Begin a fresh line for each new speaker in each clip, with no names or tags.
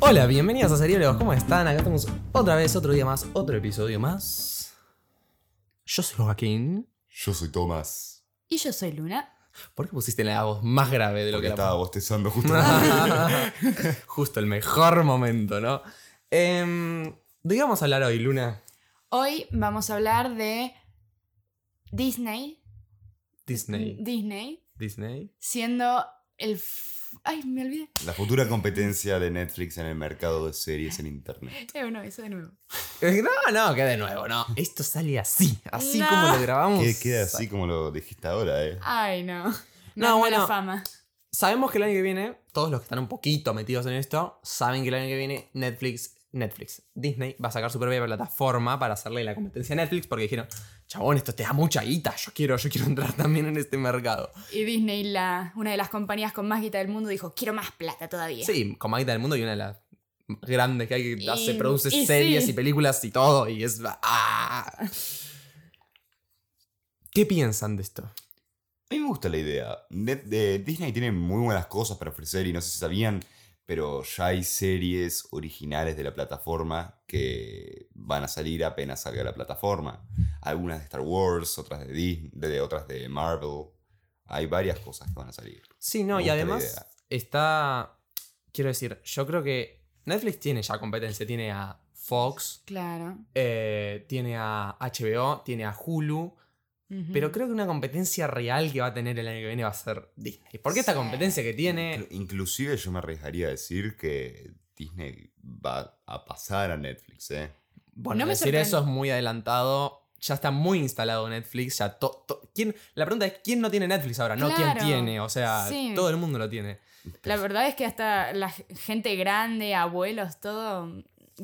Hola, bienvenidos a Cerebros, ¿cómo están? Acá estamos otra vez, otro día más, otro episodio más. Yo soy Joaquín.
Yo soy Tomás.
Y yo soy Luna.
¿Por qué pusiste la voz más grave de lo
Porque
que la
estaba bostezando justo.
Justo el mejor momento, ¿no? Em, ¿De qué vamos a hablar hoy, Luna?
Hoy vamos a hablar de Disney.
Disney.
Disney.
Disney.
Siendo el... f- Ay, me olvidé.
La futura competencia de Netflix en el mercado de series en internet.
Eh, no, eso de nuevo.
Eh, No, no, que de nuevo, no. Esto sale así, así
No.
como lo grabamos.
Que queda así como lo dijiste ahora, ¿eh?
Ay, no. No,
No,
es
bueno.
mala fama.
Sabemos que el año que viene, todos los que están un poquito metidos en esto, saben que el año que viene Netflix, Netflix, Disney va a sacar su propia plataforma para hacerle la competencia a Netflix porque dijeron, chabón, esto te da mucha guita, yo quiero, yo quiero entrar también en este mercado.
Y Disney, la, una de las compañías con más guita del mundo, dijo, quiero más plata todavía.
Sí, como guita del mundo y una de las grandes que hay que
Y-
hace, produce
y
series
sí.
y películas y todo, y es... ¡ah! ¿Qué piensan de esto?
A mí me gusta la idea. Net- eh, Disney tiene muy buenas cosas para ofrecer y no sé si sabían, pero ya hay series originales de la plataforma que van a salir apenas salga la plataforma. Algunas de Star Wars, otras de Disney, de, otras de Marvel. Hay varias cosas que van a salir.
Sí, no,
Me
y
gusta la
además
idea.
está. Quiero decir, yo creo que Netflix tiene ya competencia. Tiene a Fox,
Claro.
eh, tiene a HBO, tiene a Hulu.
Ujú.
Pero creo que una competencia real que va a tener el año que viene va a ser Disney. Porque esta
Sí.
competencia que tiene.
Inclu- Inclusive yo me arriesgaría a decir que Disney va a pasar a Netflix, ¿eh?
Bueno,
No me
decir
sorprende.
eso es muy adelantado. Ya está muy instalado Netflix. Ya to- to- ¿quién? La pregunta es: ¿quién no tiene Netflix ahora? No, ¿quién
Claro.
tiene? O sea,
Sí.
todo el mundo lo tiene.
La verdad es que hasta la g- gente grande, abuelos, todo,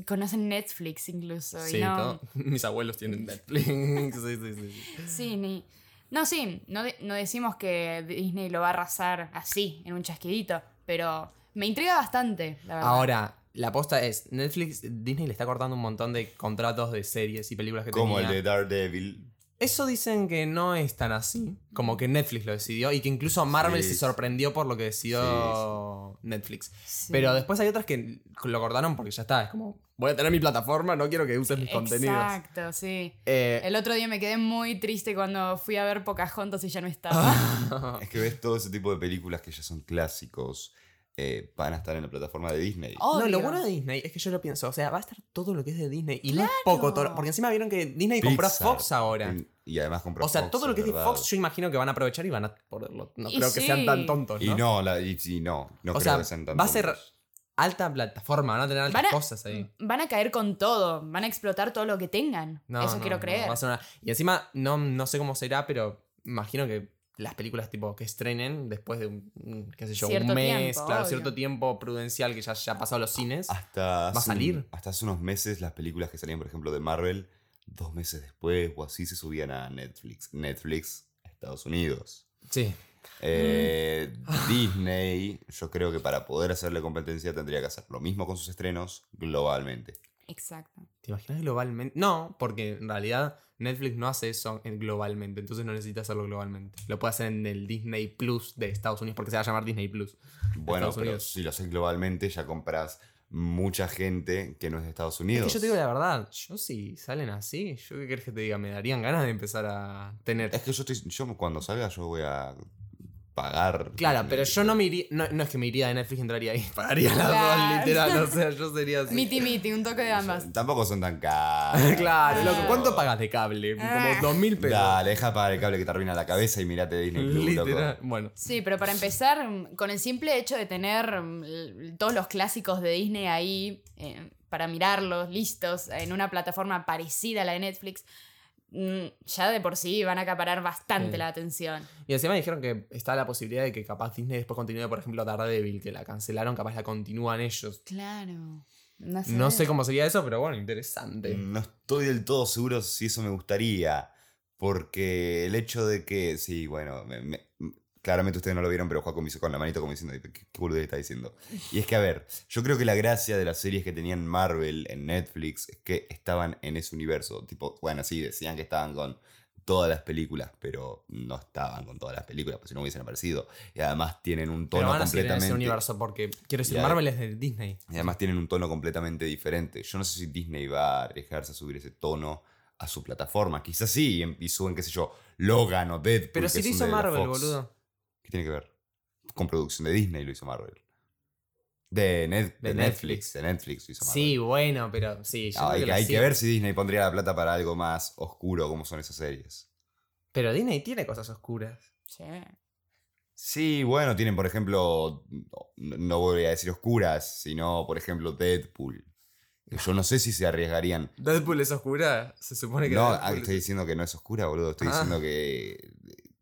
conocen Netflix incluso. y
Sí,
no-
todo- mis abuelos tienen Netflix. sí, sí, sí, sí.
Sí, ni... No, sí, no, de- no decimos que Disney lo va a arrasar así, en un chasquidito, pero me intriga bastante, la verdad.
Ahora, la aposta es, Netflix, Disney le está cortando un montón de contratos de series y películas que
Como el
tenía.
de Daredevil.
Eso dicen que no es tan así, como que Netflix lo decidió y que incluso Marvel
Sí,
se
sí.
sorprendió por lo que decidió Netflix.
Sí.
Pero después hay otras que lo cortaron porque ya está, es como, voy a tener mi plataforma, no quiero que uses mis contenidos.
Exacto, sí.
Eh,
El otro día me quedé muy triste cuando fui a ver Pocahontas y ya no
Ah.
estaba.
Es que ves todo ese tipo de películas que ya son clásicos. eh, van a estar en la plataforma de Disney.
No, lo
Obvio.
bueno de Disney es que yo lo pienso, o sea, va a estar todo lo que es de Disney y no es
Claro.
poco, todo- porque encima vieron que Disney compró a
Pixar.
Fox ahora.
En- Y además compró
O sea,
Fox,
todo lo que es de
verdad.
Fox yo imagino que van a aprovechar y van a ponerlo. No
Y
creo que sean
sí.
tan tontos,
Y
¿no?
no, la, y, y no, no
O
creo
sea,
que sean tan
va a ser-
tontos.
Alta plataforma, van a tener altas
Van a- Mm.
cosas ahí.
Van a caer con todo, van a explotar todo lo que tengan.
No,
Eso
no,
quiero
no,
creer.
va a ser una- Y encima, no, no sé cómo será, pero imagino que las películas tipo que estrenen después de un, un, qué sé yo, un
Cierto
mes,
tiempo,
claro,
obvio.
cierto tiempo prudencial que ya ya ha pasado a los cines.
Ah. Hasta hace
a
un-
salir?
hasta hace unos meses las películas que salían, por ejemplo, de Marvel, dos meses después o así se subían a Netflix. Netflix, a Estados Unidos.
Sí.
Eh,
Mm. Ah.
Disney, yo creo que para poder hacerle competencia tendría que hacer lo mismo con sus estrenos globalmente.
Exacto.
¿Te imaginas globalmente? No, porque en realidad Netflix no hace eso en- globalmente, entonces no necesita hacerlo globalmente. Lo puede hacer en el Disney Plus de Estados Unidos, porque se va a llamar Disney Plus.
Bueno,
Estados
pero
Unidos.
si lo haces globalmente ya compras mucha gente que no es de Estados
Es
Unidos.
que yo te digo la verdad, yo si salen así, yo qué querés que te diga, me darían ganas de empezar a tener.
Es que yo estoy- yo cuando salga yo voy a pagar.
Claro,
Disney.
pero yo no me iría, no, no es que me iría de Netflix, entraría ahí, pagaría las
Claro.
dos, literal, o sea, yo sería así.
Miti miti, un toque de ambas.
Tampoco son tan caras.
claro, loco, ¿cuánto
pagas?
pagas de cable?
Ah.
Como dos mil pesos.
Dale, deja pagar el cable que te arruina la cabeza y mirate Disney Plus, loco.
Literal, bueno.
Sí, pero para empezar, mm, con el simple hecho de tener mm, l- todos los clásicos de Disney ahí eh, para mirarlos, listos, en una plataforma parecida a la de Netflix, mm, ya de por sí van a acaparar bastante
Sí.
la atención.
Y encima dijeron que está la posibilidad de que capaz Disney después continúe, por ejemplo, Daredevil, que la cancelaron, capaz la continúan ellos.
Claro. No sé.
No sé cómo sería eso, pero bueno, interesante.
No estoy del todo seguro si eso me gustaría. Porque el hecho de que. Sí, bueno. me- me- claramente ustedes no lo vieron, pero Juaco me hizo con la manito como diciendo. ¿Qué, qué boludez está diciendo? Y es que, a ver, yo creo que la gracia de las series que tenían Marvel en Netflix es que estaban en ese universo. Tipo, bueno, sí, decían que estaban con todas las películas, pero no estaban con todas las películas, pues si no hubiesen aparecido. Y además tienen un
Pero
tono
van a seguir en
completamente.
ese universo porque, quiero decir,
Ya.
Marvel es de Disney.
Y además tienen un tono completamente diferente. Yo no sé si Disney va a arriesgarse a subir ese tono a su plataforma. Quizás sí, y en- y suben, qué sé yo, Logan o Deadpool.
Pero
que
si lo
son
hizo
de la
Marvel,
Fox.
boludo.
¿Qué tiene que ver? Con producción de Disney lo hizo Marvel. De, Net- de
De
Netflix.
Netflix.
De Netflix lo hizo Marvel.
Sí, bueno, pero sí. yo
Ah, hay
creo
que,
lo
hay que
hacía.
ver si Disney pondría la plata para algo más oscuro como son esas series.
Pero Disney tiene cosas oscuras.
Sí.
Sí, bueno, tienen, por ejemplo, no, no voy a decir oscuras, sino, por ejemplo, Deadpool.
Ah.
Que Yo no sé si se arriesgarían.
Deadpool es oscura, se supone que.
No,
Deadpool
ah,
es-
estoy diciendo que no es oscura, boludo. Estoy
Ah.
diciendo que eh,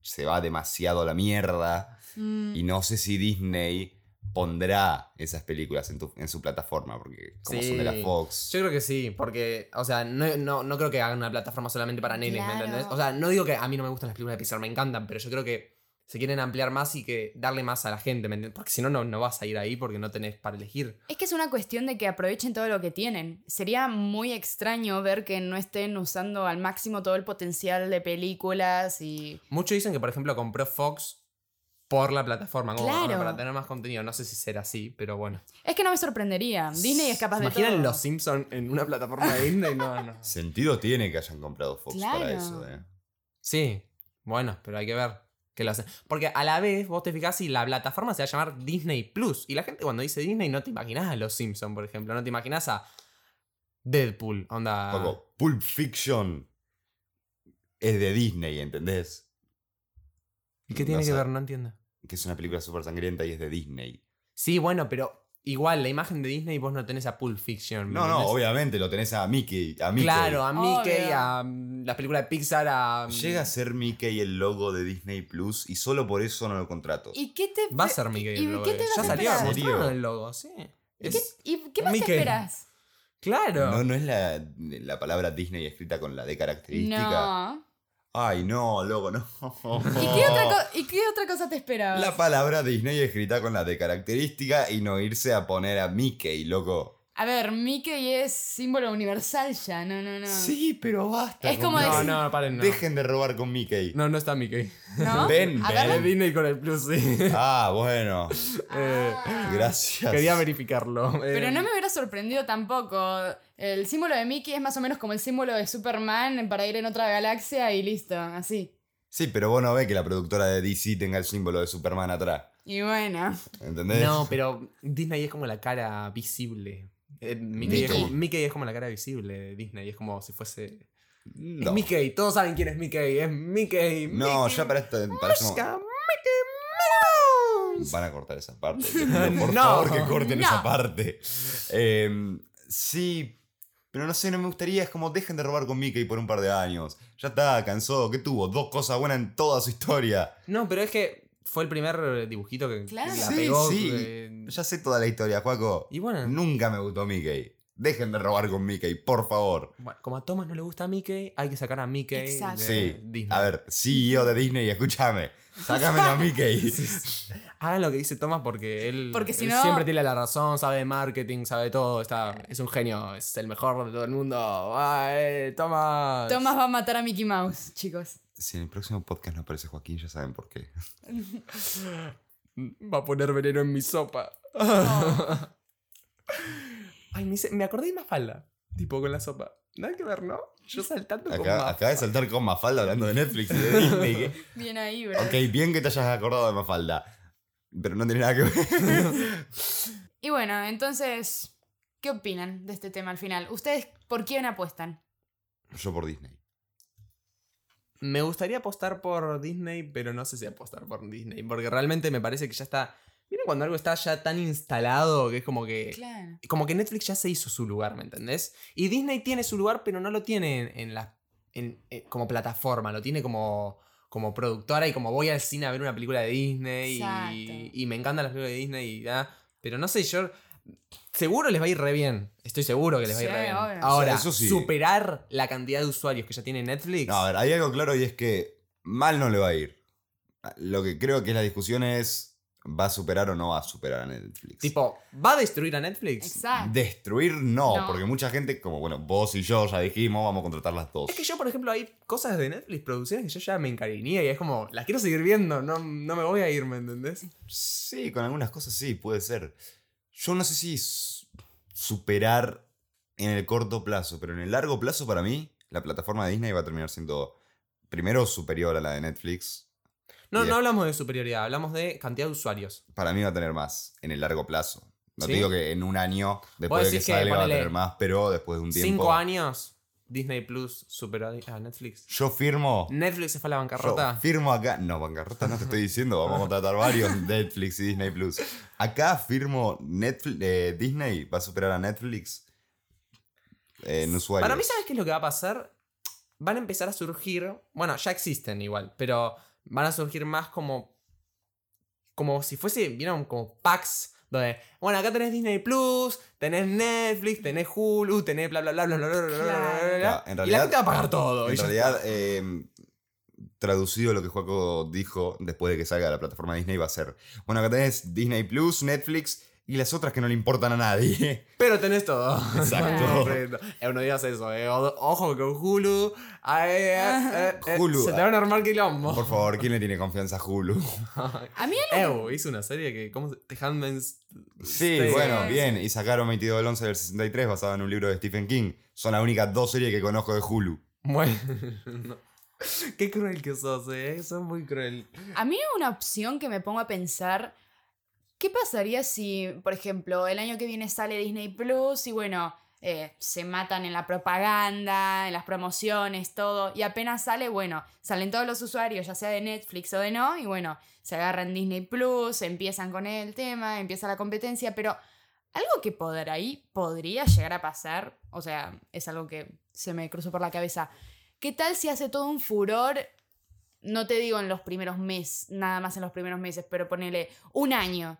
se va demasiado a la mierda.
Mm,
Y no sé si Disney pondrá esas películas en, tu- en su plataforma, porque como son de la
Sí.
Fox.
Yo creo que sí, porque, o sea, no, no, no creo que hagan una plataforma solamente para nenes,
Claro.
¿me entendés? O sea, no digo que a mí no me gustan las películas de Pixar, me encantan, pero yo creo que se quieren ampliar más y que darle más a la gente, ¿me entendés? Porque si no, no, no vas a ir ahí porque no tenés para elegir.
Es que es una cuestión de que aprovechen todo lo que tienen. Sería muy extraño ver que no estén usando al máximo todo el potencial de películas y...
Muchos dicen que, por ejemplo, compró Fox por la plataforma, como,
Claro.
bueno, para tener más contenido. No sé si será así, pero bueno.
Es que no me sorprendería. Disney es capaz
¿Se
de
imaginan
todo.
los Simpsons en una plataforma de Disney? No, no.
Sentido tiene que hayan comprado Fox para
Claro.
eso, ¿eh?
Sí, bueno, pero hay que ver qué lo hacen. Porque a la vez vos te fijás si la plataforma se va a llamar Disney Plus. Y la gente cuando dice Disney no te imaginás a los Simpsons, por ejemplo. No te imaginás a Deadpool, onda.
Paco, Pulp Fiction es de Disney, ¿entendés?
¿Y qué tiene
no
que
sé.
ver? No entiendo.
Que es una película súper sangrienta y es de Disney.
Sí, bueno, pero igual la imagen de Disney vos no tenés a Pulp Fiction. ¿me
No, no,
Mm, entendés?
obviamente lo tenés a Mickey. A Mickey.
Claro, a Mickey,
Obvio.
a mm, las películas de Pixar, a. mm,
Llega a ser Mickey el logo de Disney Plus y solo por eso no lo contrato.
¿Y qué te...
Va a ser Mickey.
¿Y
el logo
qué
de-
te vas
ya
a
salió,
esperar?
mostraron
¿En serio?
el logo, sí.
¿Y qué,
Es-
y qué más te
Mickey.
esperas?
Claro.
No, no es la, la palabra Disney escrita con la D característica.
No.
Ay, no, loco, no.
¿Y qué, otra co- ¿Y qué otra cosa te esperabas?
La palabra Disney escrita con la D característica y no irse a poner a Mickey, loco.
A ver, Mickey es símbolo universal ya, no, no, no.
Sí, pero basta.
Es
con
como
Mickey.
no,
decir-
no, paren, no.
Dejen de robar con Mickey.
No, no está Mickey.
¿No?
Ven,
A
ven.
El
ver,
Disney con el Plus, sí.
Ah, bueno.
Eh,
Ah.
Gracias.
Quería verificarlo. Eh,
Pero no me hubiera sorprendido tampoco. El símbolo de Mickey es más o menos como el símbolo de Superman para ir en otra galaxia y listo, así.
Sí, pero vos no ves que la productora de DC tenga el símbolo de Superman atrás.
Y bueno.
¿Entendés?
No, pero Disney es como la cara visible. Eh, Mickey, Es
Mickey.
como, Mickey es como la cara visible de Disney. Es como si fuese.
No.
Es Mickey, todos saben quién es Mickey. Es Mickey.
No,
Mickey
ya para esto. Para esto no-
Mouse, Mickey Mouse.
van a cortar esa parte. Te pido, Por
No.
favor, que corten
No.
esa parte. Eh, sí, pero no sé, no me gustaría. Es como dejen de robar con Mickey por un par de años. Ya está, cansó. ¿Qué tuvo? Dos cosas buenas en toda su historia.
No, pero es que fue el primer dibujito que, que
Claro.
la
Sí,
pegó.
sí.
eh,
Ya sé toda la historia, Juaco.
y bueno,
Nunca me gustó Mickey. Dejen de robar con Mickey, por favor.
bueno, como a Thomas no le gusta a Mickey, hay que sacar a Mickey.
Exacto.
de
Sí.
Disney.
A ver, CEO de Disney, escúchame. Sácame a Mickey.
Hagan lo que dice Thomas porque él,
Porque si
él
no-
siempre tiene la razón, sabe de marketing, sabe de todo, está, es un genio, es el mejor de todo el mundo. Ah, eh, Thomas.
Thomas va a matar a Mickey Mouse, chicos.
Si en el próximo podcast no aparece Joaquín, ya saben por qué.
Mm, Va a poner veneno en mi sopa.
No.
Ay, me, hice- me acordé de una falda, tipo con la sopa. Nada que ver, ¿no? Yo saltando con
Acá,
Mafalda.
acaba de saltar con Mafalda hablando de Netflix y de Disney. que-
Bien ahí, bro.
Ok, bien que te hayas acordado de Mafalda. Pero no tiene nada que ver.
Y bueno, entonces, ¿qué opinan de este tema al final? ¿Ustedes por quién apuestan?
Yo por Disney.
Me gustaría apostar por Disney, pero no sé si apostar por Disney, porque realmente me parece que ya está... Miren cuando algo está ya tan instalado que es como
Eh,
que...
Claro.
como que Netflix ya se hizo su lugar, ¿me entendés? Y Disney tiene su lugar, pero no lo tiene en, en la, en- eh, como plataforma, lo tiene como, como productora y como voy al cine a ver una película de Disney y,
Exacto.
y me encantan las películas de Disney y ya. Pero no sé, yo. Seguro les va a ir re bien. Estoy seguro que les va a ir
Sí,
re bien.
obvio.
Ahora,
Eso sí.
superar la cantidad de usuarios que ya tiene Netflix.
No, a ver, hay algo claro y es que mal no le va a ir. Lo que creo que la discusión es ¿Va a superar o no va a superar a Netflix?
Tipo, ¿va a destruir a Netflix?
Exacto.
Destruir no,
No.
porque mucha gente, como bueno, vos y yo ya dijimos, vamos a contratar las dos.
Es que yo, por ejemplo, hay cosas de Netflix, producciones que yo ya me encariñé y es como, las quiero seguir viendo, no, no me voy a ir, ¿me entendés?
Sí, con algunas cosas sí, puede ser. Yo no sé si s- superar en el corto plazo, pero en el largo plazo para mí, la plataforma de Disney va a terminar siendo primero superior a la de Netflix.
No,
Bien.
no hablamos de superioridad, hablamos de cantidad de usuarios.
Para mí va a tener más en el largo plazo. No
¿Sí?
te digo que en un año, después de que
decís que,
salga, va a
ponele,
tener más, pero después de un tiempo.
Cinco años, Disney Plus superó a Netflix.
Yo firmo.
Netflix se fue a la
yo
bancarrota.
firmo acá. No, bancarrota no te estoy diciendo. Vamos a contratar varios Netflix y Disney Plus. Acá firmo Netflix, eh, Disney va a superar a Netflix eh, en usuarios.
Para mí, ¿sabes qué es lo que va a pasar? Van a empezar a surgir. Bueno, ya existen igual, pero van a surgir más como. Como si fuese, ¿vieron? Como packs. Donde, bueno, acá tenés Disney Plus, tenés Netflix, tenés Hulu, tenés bla bla bla bla bla bla bla bla, bla, bla,
Claro,
bla.
en
Y la
realidad-
gente va a pagar todo. y
En
ya
realidad,
está.
eh, traducido lo que Juaco dijo después de que salga la plataforma Disney, va a ser: bueno, acá tenés Disney Plus, Netflix y las otras que no le importan a nadie.
Pero tenés todo.
Exacto.
Eh, no digas eso, eh. O- Ojo con Hulu. Ay, eh, eh, eh,
Hulu,
Se te
ah.
van a armar quilombo.
Por favor, ¿quién le tiene confianza a Hulu?
A mí
Ew, hizo una serie que. ¿Cómo se- The Handmaid's.
Sí,
Tale.
bueno, bien. Y sacaron 22 del 11 del 63 basado en un libro de Stephen King. Son las únicas dos series que conozco de Hulu.
Bueno. Qué cruel que sos, eh. Sos muy cruel.
A mí una opción que me pongo a pensar, ¿qué pasaría si, por ejemplo, el año que viene sale Disney Plus y bueno, eh, se matan en la propaganda, en las promociones, todo, y apenas sale, bueno, salen todos los usuarios, ya sea de Netflix o de no, y bueno, se agarran Disney Plus, empiezan con el tema, empieza la competencia, pero algo que por ahí podría llegar a pasar, o sea, es algo que se me cruzó por la cabeza. ¿Qué tal si hace todo un furor? No te digo en los primeros meses, nada más en los primeros meses, pero ponele un año.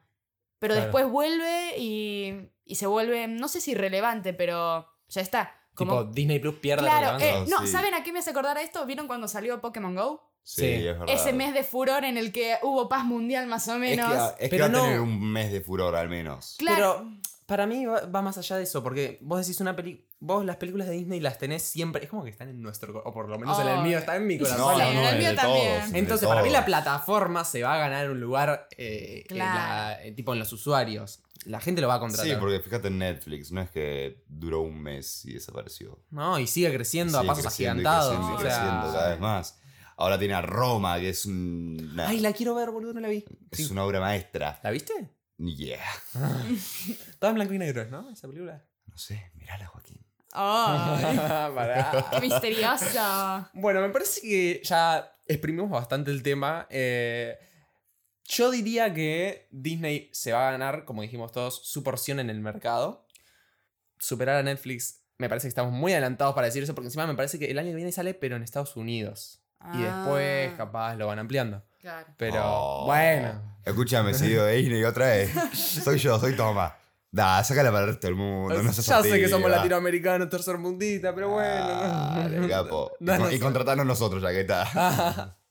Pero
Claro.
después vuelve y, y se vuelve, no sé si relevante, pero ya está. Como,
Tipo, Disney Plus pierde
claro,
la
relevancia.
eh, no,
Sí.
¿saben a qué me hace acordar a esto? ¿Vieron cuando salió Pokémon Go?
Sí,
Sí.
es verdad.
Ese mes de furor en el que hubo paz mundial más o
Es que,
menos.
es que
Pero
va
no-
a tener un mes de furor al menos.
claro.
Pero para mí va, va más allá de eso, porque vos decís una peli. Vos las películas de Disney las tenés siempre. Es como que están en nuestro. cor- O por lo menos en el
Oh.
mío, está en mi
No,
corazón.
no, no, el
es
mío
de
también.
todos, es de
Entonces, para mí la
todos.
plataforma se va a ganar un lugar eh, en la- eh, tipo en los usuarios. La gente lo va a contratar.
Sí, porque fíjate en Netflix, no es que duró un mes y desapareció.
No, y sigue creciendo
Sigue
a pasos
creciendo y
agigantados.
creciendo y
o sea-
creciendo cada vez más. Ahora tiene a Roma, que es un- una,
Ay, la quiero ver, boludo, no la vi.
es
Sí.
una obra maestra.
¿La viste?
Yeah.
Toda en blanco y negro, ¿no? Esa película.
No sé, mirala, Joaquín.
Ay,
Pará.
misterioso.
Bueno, me parece que ya exprimimos bastante el tema. Eh, yo diría que Disney se va a ganar, como dijimos todos, su porción en el mercado. Superar a Netflix, me parece que estamos muy adelantados para decir eso, porque encima me parece que el año que viene sale, pero en Estados Unidos. Y después,
Ah,
capaz, lo van ampliando.
claro.
Pero,
Oh.
bueno.
Escúchame, seguido de Disney otra vez. Soy yo, soy Toma. Da, sácala para el resto del mundo. No seas
ya sé que somos
sortiva.
latinoamericanos, tercermundistas, pero bueno.
Dale, capo. Y
No,
con-
no
y
sé.
contratarnos nosotros, ya que está.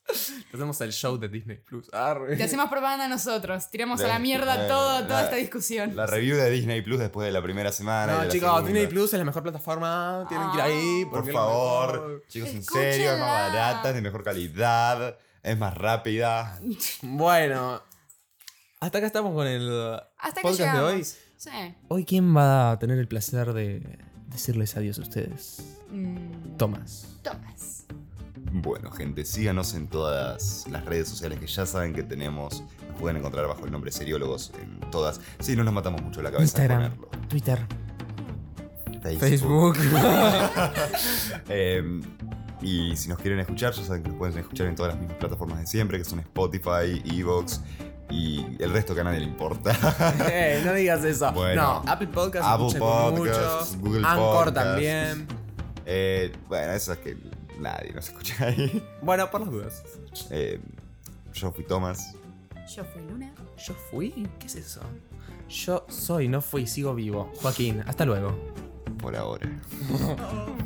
Te Hacemos el show de Disney Plus. Arre.
Te hacemos propaganda nosotros. Tiramos a la
Eh,
mierda
eh,
todo, toda
la-
esta discusión.
La review de Disney Plus después de la primera semana. y de
No,
la
chicos,
segunda.
Disney Plus es la mejor plataforma. Tienen que ir
Ah.
ahí.
Por
porque es la mejor.
favor, chicos, en serio, es más
Escúchenla.
barata, es de mejor calidad, es más rápida.
Bueno. Hasta acá estamos con el
Hasta que
podcast de
llegamos.
hoy.
Sí.
Hoy, ¿quién va a tener el placer de decirles adiós a ustedes?
Mm,
Tomás.
Tomás.
Bueno, gente, síganos en todas las redes sociales que ya saben que tenemos. Nos pueden encontrar bajo el nombre Seriólogos en todas. Sí, no nos matamos mucho la cabeza en
Instagram,
ponerlo.
Twitter,
Facebook.
Facebook.
Eh, y si nos quieren escuchar, ya saben que nos pueden escuchar en todas las mismas plataformas de siempre, que son Spotify, Evox y el resto que a nadie le importa.
Eh, no digas eso.
Bueno.
no, Apple Podcast,
Apple
escuchen
Podcasts,
mucho.
Google
Anchor
Podcasts.
también.
Eh, bueno, eso es que nadie nos escucha ahí.
Bueno, por las dudas.
Eh, yo fui Tomás.
Yo fui Luna.
¿Yo fui? ¿Qué es eso? Yo soy, no fui, sigo vivo. Joaquín, hasta luego.
por ahora.
Oh.